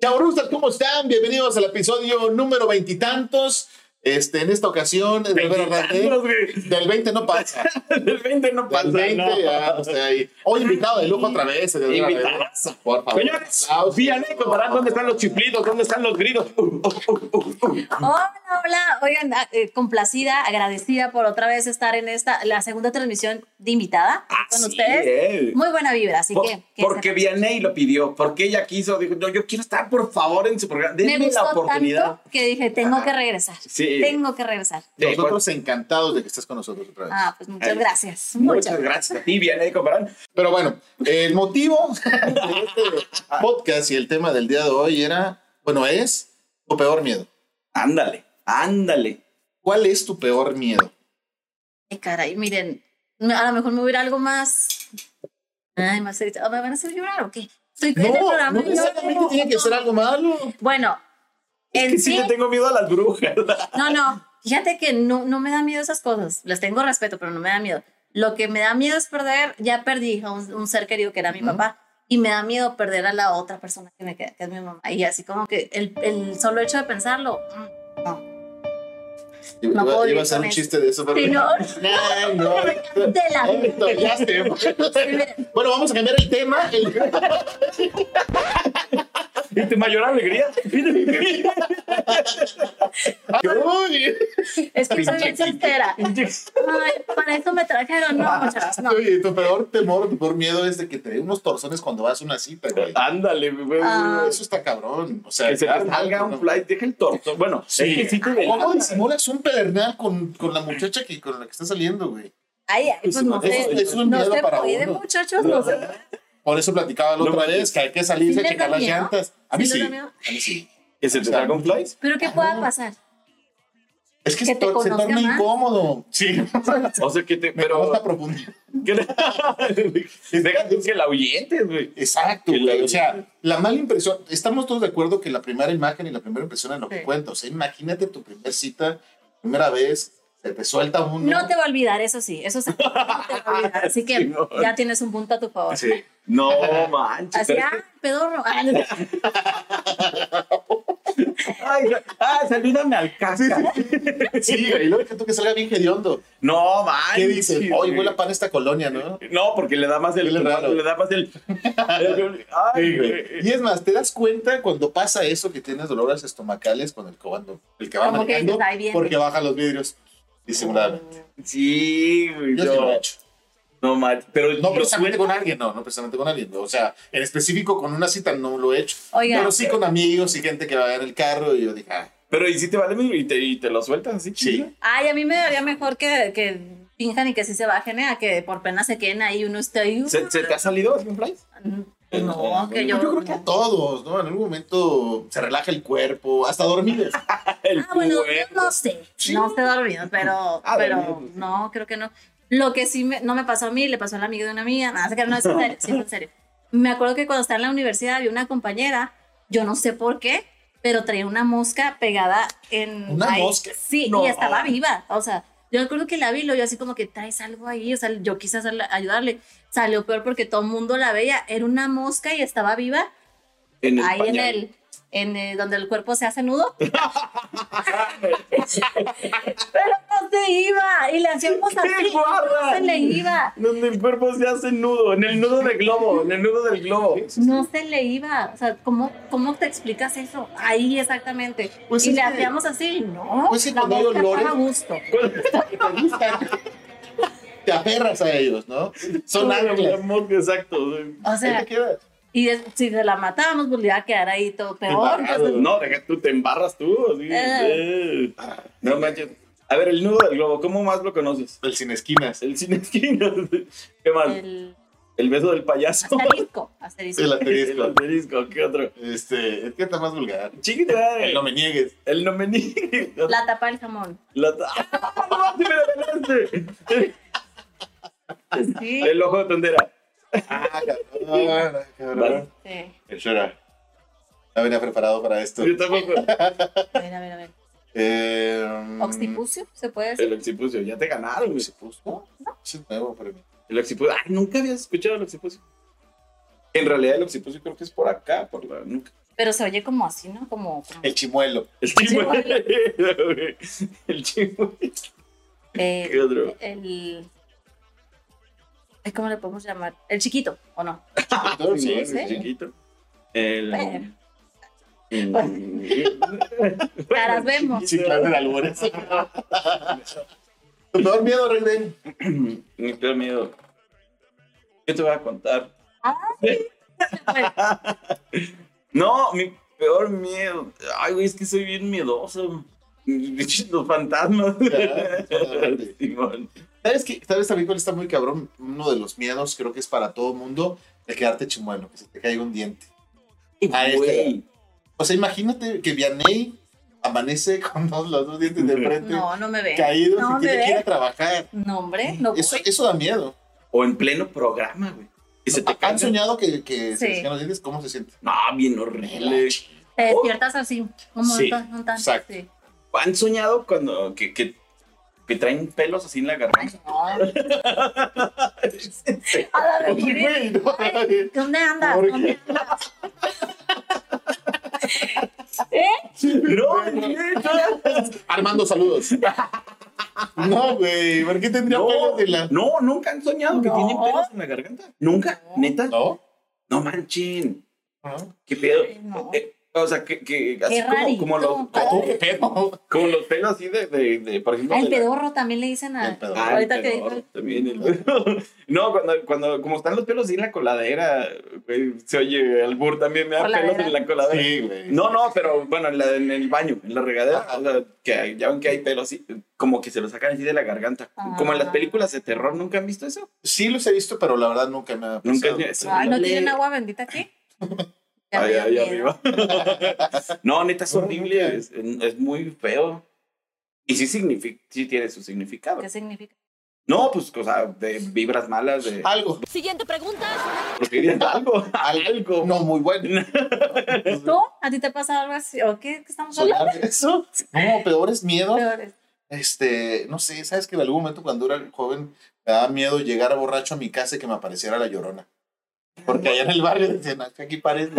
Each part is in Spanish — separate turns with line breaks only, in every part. Chaurustas, ¿cómo están? Bienvenidos al episodio número veintitantos. Este, en esta ocasión, de Rivera Rante,
Veintitantos, güey.
del 20 no pasa.
Del 20 no pasa.
Del 20
no.
ya, o sea, ahí. Hoy invitado de lujo otra vez. de Rivera Rante.
Invitadazo.
Por favor.
Señores,
aplausos.
díganme, comparar dónde están los chiflidos, dónde están los gritos. Uh, uh, uh, uh, uh.
Hola, hola. Oigan, ah, eh, complacida, agradecida por otra vez estar en esta, la segunda transmisión de invitada con
Así
ustedes.
es.
Muy buena vibra, así
Ah, eh. Por-
que. que
porque
se-
Vianey lo pidió, porque ella quiso, dijo, no, yo quiero estar por favor en su programa,
me
denme
gustó
la oportunidad. Ah,
tanto que dije, tengo que regresar.
Sí.
Tengo que regresar.
Eh,
Nosotros encantados de que estés con nosotros otra vez.
Ah, pues muchas
Ahí.
gracias.
Muchas,
Muchas
gracias a ti, Vianey Comparán.
Pero bueno, el motivo de este podcast y el tema del día de hoy era, bueno, es tu peor miedo.
Ándale, ándale.
¿Cuál es tu peor miedo?
Ay, caray, miren, a lo mejor me hubiera algo más. Ay, más. ¿Me van a hacer llorar o qué? Estoy en el
No,
programa,
no
no,
necesariamente
no,
tiene que
no.
ser algo malo.
Bueno, en
Que sí le tengo miedo a las brujas.
No, no. Fíjate que no, no me da miedo esas cosas. Les tengo respeto, pero no me da miedo. Lo que me da miedo es perder. Ya perdí a un, un ser querido que era mi papá. Y me da miedo perder a la otra persona que me queda, que es mi mamá. Y así como que el, el solo hecho de pensarlo. mm, No.
Iba,
puedo
iba
vivir
a hacer
con
un
eso.
chiste de eso, pero.
Sí, no.
Ay, no.
De la-
Esto ya se fue. Bueno, vamos a cambiar el tema. El-
y tu mayor alegría.
Uy.
Es que soy bien soltera. Ay, para eso me trajeron,
Ah.
¿no? Muchachos, no.
Oye, tu peor temor, tu peor miedo es de que te dé unos torzones cuando vas a una cita, güey.
ándale, güey.
Ah.
Eso está cabrón. O sea,
Eh, que se
claro,
te salga
no.
un flight, deja el torso. Bueno,
Ah. Sí.
es que sí te
¿Cómo
delata.
disimulas un pedernal con, con la muchacha que, con la que está saliendo, güey?
Ay, ay, pues no sé.
Es- es un
no
miedo
se
para
puede,
uno.
muchachos. No se puede.
Por eso platicaba la
No
otra
manches.
vez que hay que salirse
¿Sí
a
les
checar
da
las
miedo?
llantas. A mí
¿Sí les
sí.
da miedo?
A mí sí.
¿Que se te salga un flight?
Pero ¿qué
Ah.
pueda pasar?
Es que,
Que
se,
te
tor- se
conozca
torna
más.
incómodo. Sí.
O sea, que te.
Pero
Pero.
está profundo.
que le- Deja tú que la oyentes, güey.
Exacto,
Que la-
güey. O sea, la mala impresión. Estamos todos de acuerdo que la primera imagen y la primera impresión es lo que
Sí.
cuenta. O sea, imagínate tu primera cita, primera vez, se te suelta uno.
No te va a olvidar, eso sí, eso sí. No te va a olvidar. Así que
Sí, no.
ya tienes un punto a tu favor.
Sí. No manches.
Así,
pero
ah,
es
pedorro. Ah, no.
que- Ay,
Ah,
ay, salúdame al casa.
Sí, güey. Y luego que tú que salga bien hediondo.
No manches.
¿Qué dices? Oye,
güey.
huele a pan esta colonia, ¿no?
No, porque le da más el.
Huele raro.
Le da más el.
Sí,
Ay,
güey.
güey.
Y es más, te das cuenta cuando pasa eso que tienes dolores estomacales con el cobando, el que va
Como que
manejando,
dices, "Ahí viene".
porque baja los vidrios disimuladamente.
Sí, güey.
Yo sí lo he
No,
hecho.
no manches. Pero
No
lo
precisamente
suelta.
con alguien, no, no precisamente con alguien. O sea, en específico con una cita no lo he hecho.
Oiga.
pero sí con amigos y gente que va en el carro y yo dije, ah,
Pero y si te vale y te, y te lo sueltas así.
Sí.
Ay, a mí me daría mejor que, que finjan y que sí se bajen, ¿eh? a que por pena se queden ahí uno está ahí. uh,
¿Se, se te ha salido así un flight?
No, que yo.
yo creo que a todos, ¿no? En algún momento se relaja el cuerpo, hasta dormir.
El
Ah, bueno,
cuerpo.
no sé,
Sí.
no sé dormido, pero,
Ah,
pero
dormido, pues, sí.
no, creo que no. Lo que sí me- no me pasó a mí, le pasó al amigo de una amiga, nada, se quedaron, no, es en serio, sí, es en serio. Me acuerdo que cuando estaba en la universidad había una compañera, yo no sé por qué, pero traía una mosca pegada en...
¿Una mosca?
Sí,
No.
y estaba viva, o sea, yo recuerdo que la vi, lo yo así como que traes algo ahí, o sea, yo quise hacerle- ayudarle, salió peor porque todo el mundo la veía, era una mosca y estaba viva
En el
ahí en
pañal.
el... En eh, donde el cuerpo se hace nudo, pero no se iba y le hacíamos así,
¡Qué guarra!
no se le iba,
Donde el cuerpo se hace nudo, en el nudo del globo, en el nudo del globo.
no se le iba, o sea, ¿cómo, cómo te explicas eso? Ahí exactamente,
Pues
y
es
le
que-
hacíamos así, no,
pues es que
la
cuando hay
mosca
olores-
estaba a gusto,
que te gustan. Te aferras a ellos, ¿no? Son
La
anclas.
mosca, Exacto.
o
Ahí
sea,
te quedas.
y des- si se la matábamos, pues le iba a quedar ahí todo peor,
Embarrado.
entonces,
No, deja tú, te embarras tú. así.
Eh.
No manches. A ver, el nudo del globo, ¿cómo más lo conoces?
El sin esquinas.
El cine esquina. ¿Qué más? El,
el
beso del payaso.
asterisco, asterisco.
El
El
asterisco.
asterisco, ¿qué otro?
Este, es que está más vulgar.
Chiquita,
El
el,
no me niegues.
el nomení.
la tapa del jamón,
La ta- ¡Ah, no, sí me lo ganaste!
sí,
El ojo de tontera.
Ah, cabrón, ah, cabrón.
sí.
Eso era. No venía preparado para esto.
Yo tampoco.
a ver, a ver, a ver,
Eh,
occipucio, se puede decir,
El occipucio, ya te ganaron,
Pues,
güey.
¿Occipucio? Ese es nuevo para mí.
El occipucio. Ay, nunca habías escuchado el occipucio. En realidad, el occipucio creo que es por acá, por la nuca.
Pero se oye como así, ¿no? Como, como,
El chimuelo.
El chimuelo. El chimuelo.
eh,
¿Qué otro?
el... ay, ¿Cómo le podemos llamar? El chiquito, ¿o no?
Sí,
Sí,
el
sí.
chiquito. El.
Bueno.
el-
Caras vemos.
Sí, claro, de albures. tu peor miedo, Regden.
Mi peor miedo. ¿Qué te voy a contar?
Bueno,
No, mi peor miedo. Ay, güey, es que soy bien miedoso. Los fantasmas.
Ya, totalmente.
Simón.
¿Sabes que ¿Sabes también cuál está muy cabrón? Uno de los miedos, creo que es para todo mundo, el quedarte chimuelo, que se te caiga un diente. A esta
Güey.
O sea, imagínate que Vianey amanece con dos, los dos dientes de frente
no, no me ve.
caídos
No
y
me
tiene que ir a
ve.
trabajar.
No, hombre, no pues, voy.
eso, eso da miedo.
O en pleno programa, güey. Que se te
¿Han
cansa.
soñado que, que se
Sí.
les caen los dientes? ¿Cómo se siente?
No, bien horrible.
Te despiertas así, como
Sí,
un, tan- un tanto.
exacto.
sí.
¿Han soñado cuando que, que, que traen pelos así en la
Ay,
garganta?
no. A la vez,
Oye, güey, no.
Ay, ¿Dónde andas?
¿Por
¿Dónde andas? ¿Eh?
No, neta.
Armando, saludos. no, güey, ¿por qué tendría pelos
no,
en la...
no, nunca han soñado que
No.
tienen pelos en la garganta. Nunca,
No.
neta. No,
¿No?
manchen.
¿No?
¿Qué pedo?
Ay, no.
Eh, o sea, que, que así
Qué
como,
rarito.
como, los,
¿Cómo?
como, como los pelos así de, de, de, por ejemplo.
Ah, el
de la-
pedorro también le dicen a.
El pedorro.
Ah, el
Ahorita que
pedorro
dijo-
también, el- No, cuando, cuando como están los pelos así en la coladera, güey, se oye el bur también me da
Coladera.
pelos en la coladera.
Sí, güey.
No, no, pero bueno, en, la- en el baño, en la regadera,
Ajá.
o sea, que hay- ya ven que hay pelos así, como que se lo sacan así de la garganta. Como en las
Ah.
películas de terror, ¿nunca han visto eso?
Sí los he visto, pero la verdad nunca me ha
Nunca
pasado.
han visto
Ay, ¿no
Le-
tienen agua bendita aquí? Ya me
Ahí,
dio
ahí
miedo.
arriba. no, neta, es
No,
horrible,
nunca.
es, es muy feo. Y sí, significa, sí tiene su significado.
¿Qué significa?
No, pues, o sea, de vibras malas, de...
Algo.
Siguiente pregunta.
Porque algo, algo.
No, muy bueno.
¿Tú? ¿A ti te pasa algo así? ¿O qué, ¿Qué estamos hablando?
¿Soñar eso? No, peores miedos.
Peores.
Este, no sé, sabes que en algún momento cuando era joven me daba miedo llegar borracho a mi casa y que me apareciera la llorona. Porque allá en el barrio decían, "Ah, aquí parece,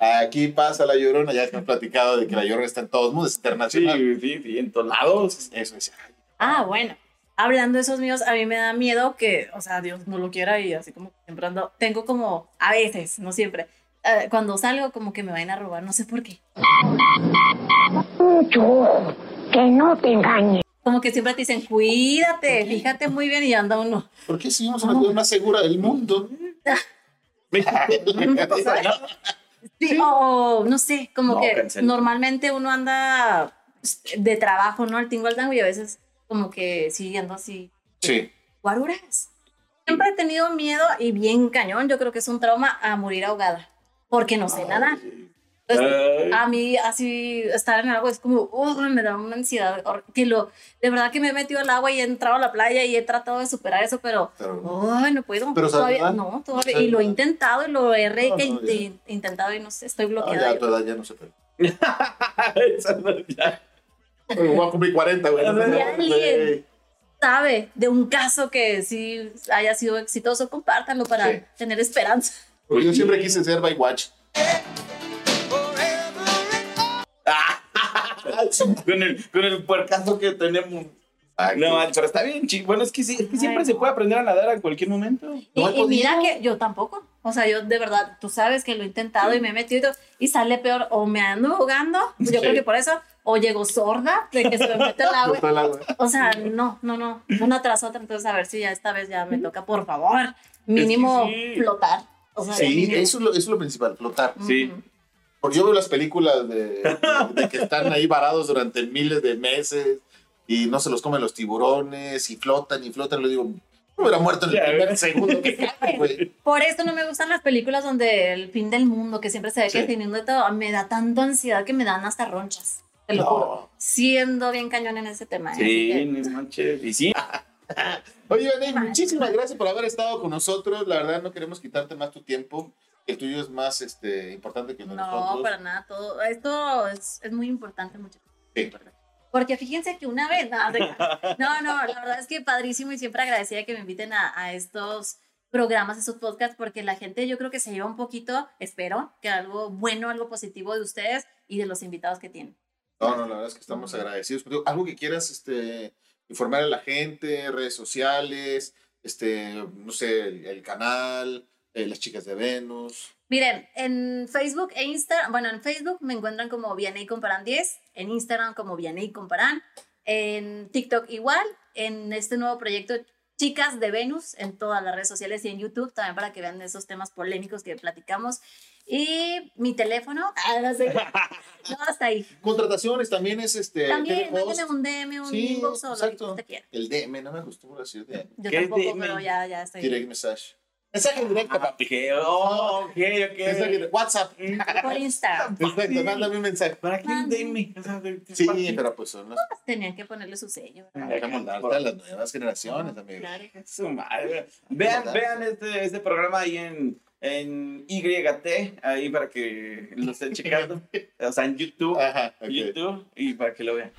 aquí pasa la llorona. Ya me han platicado de que la llorona está en todos mundos, es internacional.
Sí, sí, sí, en todos lados.
Eso decía.
Ah, bueno. Hablando de esos míos, a mí me da miedo que, o sea, Dios no lo quiera y así como que siempre ando. Tengo como, a veces, no siempre. eh, cuando salgo, como que me vayan a robar, no sé por qué.
mucho ojo, que no te engañes.
Como que siempre te dicen, cuídate, fíjate muy bien y anda uno.
¿Por qué seguimos
Ah,
en la ciudad más segura del mundo?
Sí, o no sé, como
No,
que
cancel.
normalmente uno anda de trabajo, ¿no? Al tingo al tango y a veces como que sí ando así.
Sí.
guaruras. Siempre he tenido miedo y bien cañón, yo creo que es un trauma a morir ahogada, porque no sé nada. Entonces, a mí así estar en algo es como, "Ugh", me da una ansiedad, hor- que lo, de verdad que me he metido al agua y he entrado a la playa y he tratado de superar eso, pero,
Pero no.
ay, no puedo,
Pero, o sea,
todavía,
¿verdad?
no, todavía,
O sea,
y lo he
¿verdad?
intentado y lo he re-
No, no,
in-
ya.
in- intentado y no sé, estoy
No,
bloqueada.
Ah, ya a
yo.
tu edad ya no se puede.
Esa no, ya.
Voy a cumplir 40, güey. no sé,
Ya,
güey.
¿Sabe de un caso que sí haya sido exitoso? Compártanlo para
Sí.
tener esperanza.
Porque yo siempre quise ser by watch.
Con el, con el puercazo que tenemos. No,
Ah, No,
pero está bien, chico. Bueno, es que, sí, es que
Ay,
siempre se
no.
puede aprender a nadar a cualquier momento.
Y,
No he
y mira
podido.
que yo tampoco. O sea, yo de verdad, tú sabes que lo he intentado y me he metido y todo, y sale peor. O me ando ahogando, yo
Sí.
creo que por eso, o llego sorda de que se me mete el agua.
está el agua.
O sea, no, no, no. Una tras otra. Entonces, a ver si ya esta vez ya me toca, por favor, mínimo
Es que sí.
flotar. O sea, ya
Sí,
mínimo.
eso es, lo, eso es lo principal, flotar.
Sí.
Ujú.
Porque yo veo las películas de, de que están ahí varados durante miles de meses y no se los comen los tiburones y flotan y flotan. Le digo, me hubiera muerto en el
Ya,
primer
¿verdad?
segundo que cae, güey.
Por esto no me gustan las películas donde el fin del mundo, que siempre se ve
Sí.
que el fin del mundo todo, me da tanta ansiedad que me dan hasta ronchas. Te lo
No.
juro. Siendo bien cañón en ese tema. ¿eh? Así que-
Sí, no manches. Y sí, ah,
Oye, Vaney, muchísimas gracias por haber estado con nosotros. La verdad, no queremos quitarte más tu tiempo. El tuyo es más este, importante que el de
No,
nosotros.
para nada, todo. Esto es, es muy importante, muchachos.
Sí.
Porque fíjense que una vez, no, de- no, no, la verdad es que padrísimo y siempre agradecida que me inviten a, a estos, pues, programas, esos podcasts, porque la gente yo creo que se lleva un poquito, espero, que algo bueno, algo positivo de ustedes y de los invitados que tienen.
No, no, la verdad es que estamos agradecidos. contigo. Algo que quieras este, informar a la gente, redes sociales, este, no sé, el, el canal, eh, las chicas de Venus.
Miren, en Facebook e Instagram, bueno, en Facebook me encuentran como Vianey Comparan 10, en Instagram como Vianey Comparan, en TikTok igual, en este nuevo proyecto Chicas de Venus, en todas las redes sociales y en YouTube también para que vean esos temas polémicos que platicamos. Y mi teléfono, ah, no, sé, no, hasta ahí.
Contrataciones también es este.
También,
telehost.
mándale un DM, un
Sí,
inbox o
exacto.
lo que usted quiera.
El DM, no me acostumbro a decir DM.
Yo
¿Qué es
tampoco,
DM?
pero ya, ya estoy.
Direct message. Mensaje directo,
Ah,
papi.
dije, oh, ok,
Mensaje
ok.
directo. WhatsApp.
Por Instagram.
Exacto, mándame un mensaje.
¿Para qué
Mami.
deme? O sea, de-
Sí,
¿para qué?
pero pues son las.
Tenían que ponerle su sello.
Hay que moldarte a las nuevas generaciones, amigo.
Claro.
Su madre. Vean,
¿Verdad?
vean este, este programa ahí en, en YT, ahí para que lo estén checando. o sea, en YouTube.
Ajá, Ah, ok.
YouTube y para que lo vean.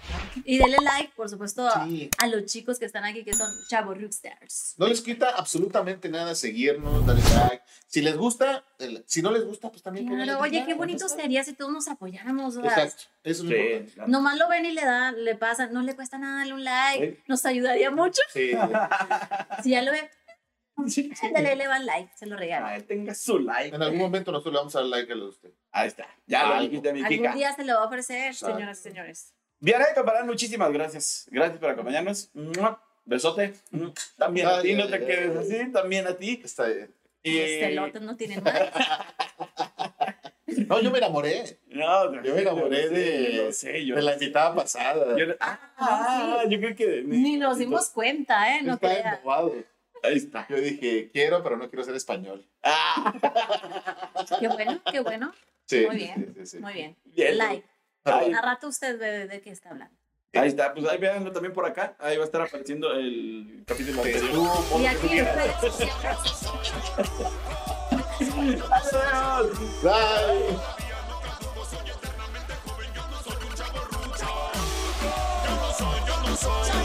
Y denle like, por supuesto, a,
Sí.
a los chicos que están aquí, que son Chavo Rookstars.
No les quita absolutamente nada seguirnos, darle like. Si les gusta, el- si no les gusta, pues también. que no
Claro,
les
oye,
gusta,
qué
¿no?
bonito sería si todos nos apoyáramos. ¿verdad?
Exacto, eso es lo importante.
Sí.
Nomás lo ven y le dan, le pasan, no le cuesta nada darle un like,
Sí.
nos ayudaría mucho.
Sí.
Si ya lo ven,
Sí.
dale, le van like, se lo regalan.
Ay, tenga su like.
En algún momento nosotros le vamos a dar like a los de usted.
Ahí está. Ya lo
Algo.
dijiste, mi
Algún
Kika.
día se lo va a ofrecer,
Exacto.
señoras y señores.
Diana de Caparán, muchísimas gracias. Gracias por acompañarnos. ¡Mua! Besote. ¡Mua! También a
Ay,
ti, no
ay,
te
ay.
quedes así. También a ti. Eh,
Está bien.
Y-
Los celotes este no tienen nada.
No, yo me enamoré
No,
Yo me enamoré de-
Yo lo sé, yo
de la
lo sé.
invitada pasada.
Yo- ah, ah, yo creo que.
Ni nos dimos cuenta, ¿eh? No
Estaba
crean.
embobado.
Ahí está.
Yo dije, quiero, pero no quiero ser español.
Ah,
Qué bueno, qué bueno.
Sí,
Muy bien,
sí, sí, sí.
Muy bien.
bien.
Like.
Ay,
A rato usted ve de qué está hablando.
ahí está. Pues ahí veanlo también por acá. Ahí va a estar apareciendo el capítulo
Sí,
anterior.
tú,
Y
ponte-
aquí en redes sociales.
¡Adiós!
Bye.
Yo no soy, yo no soy.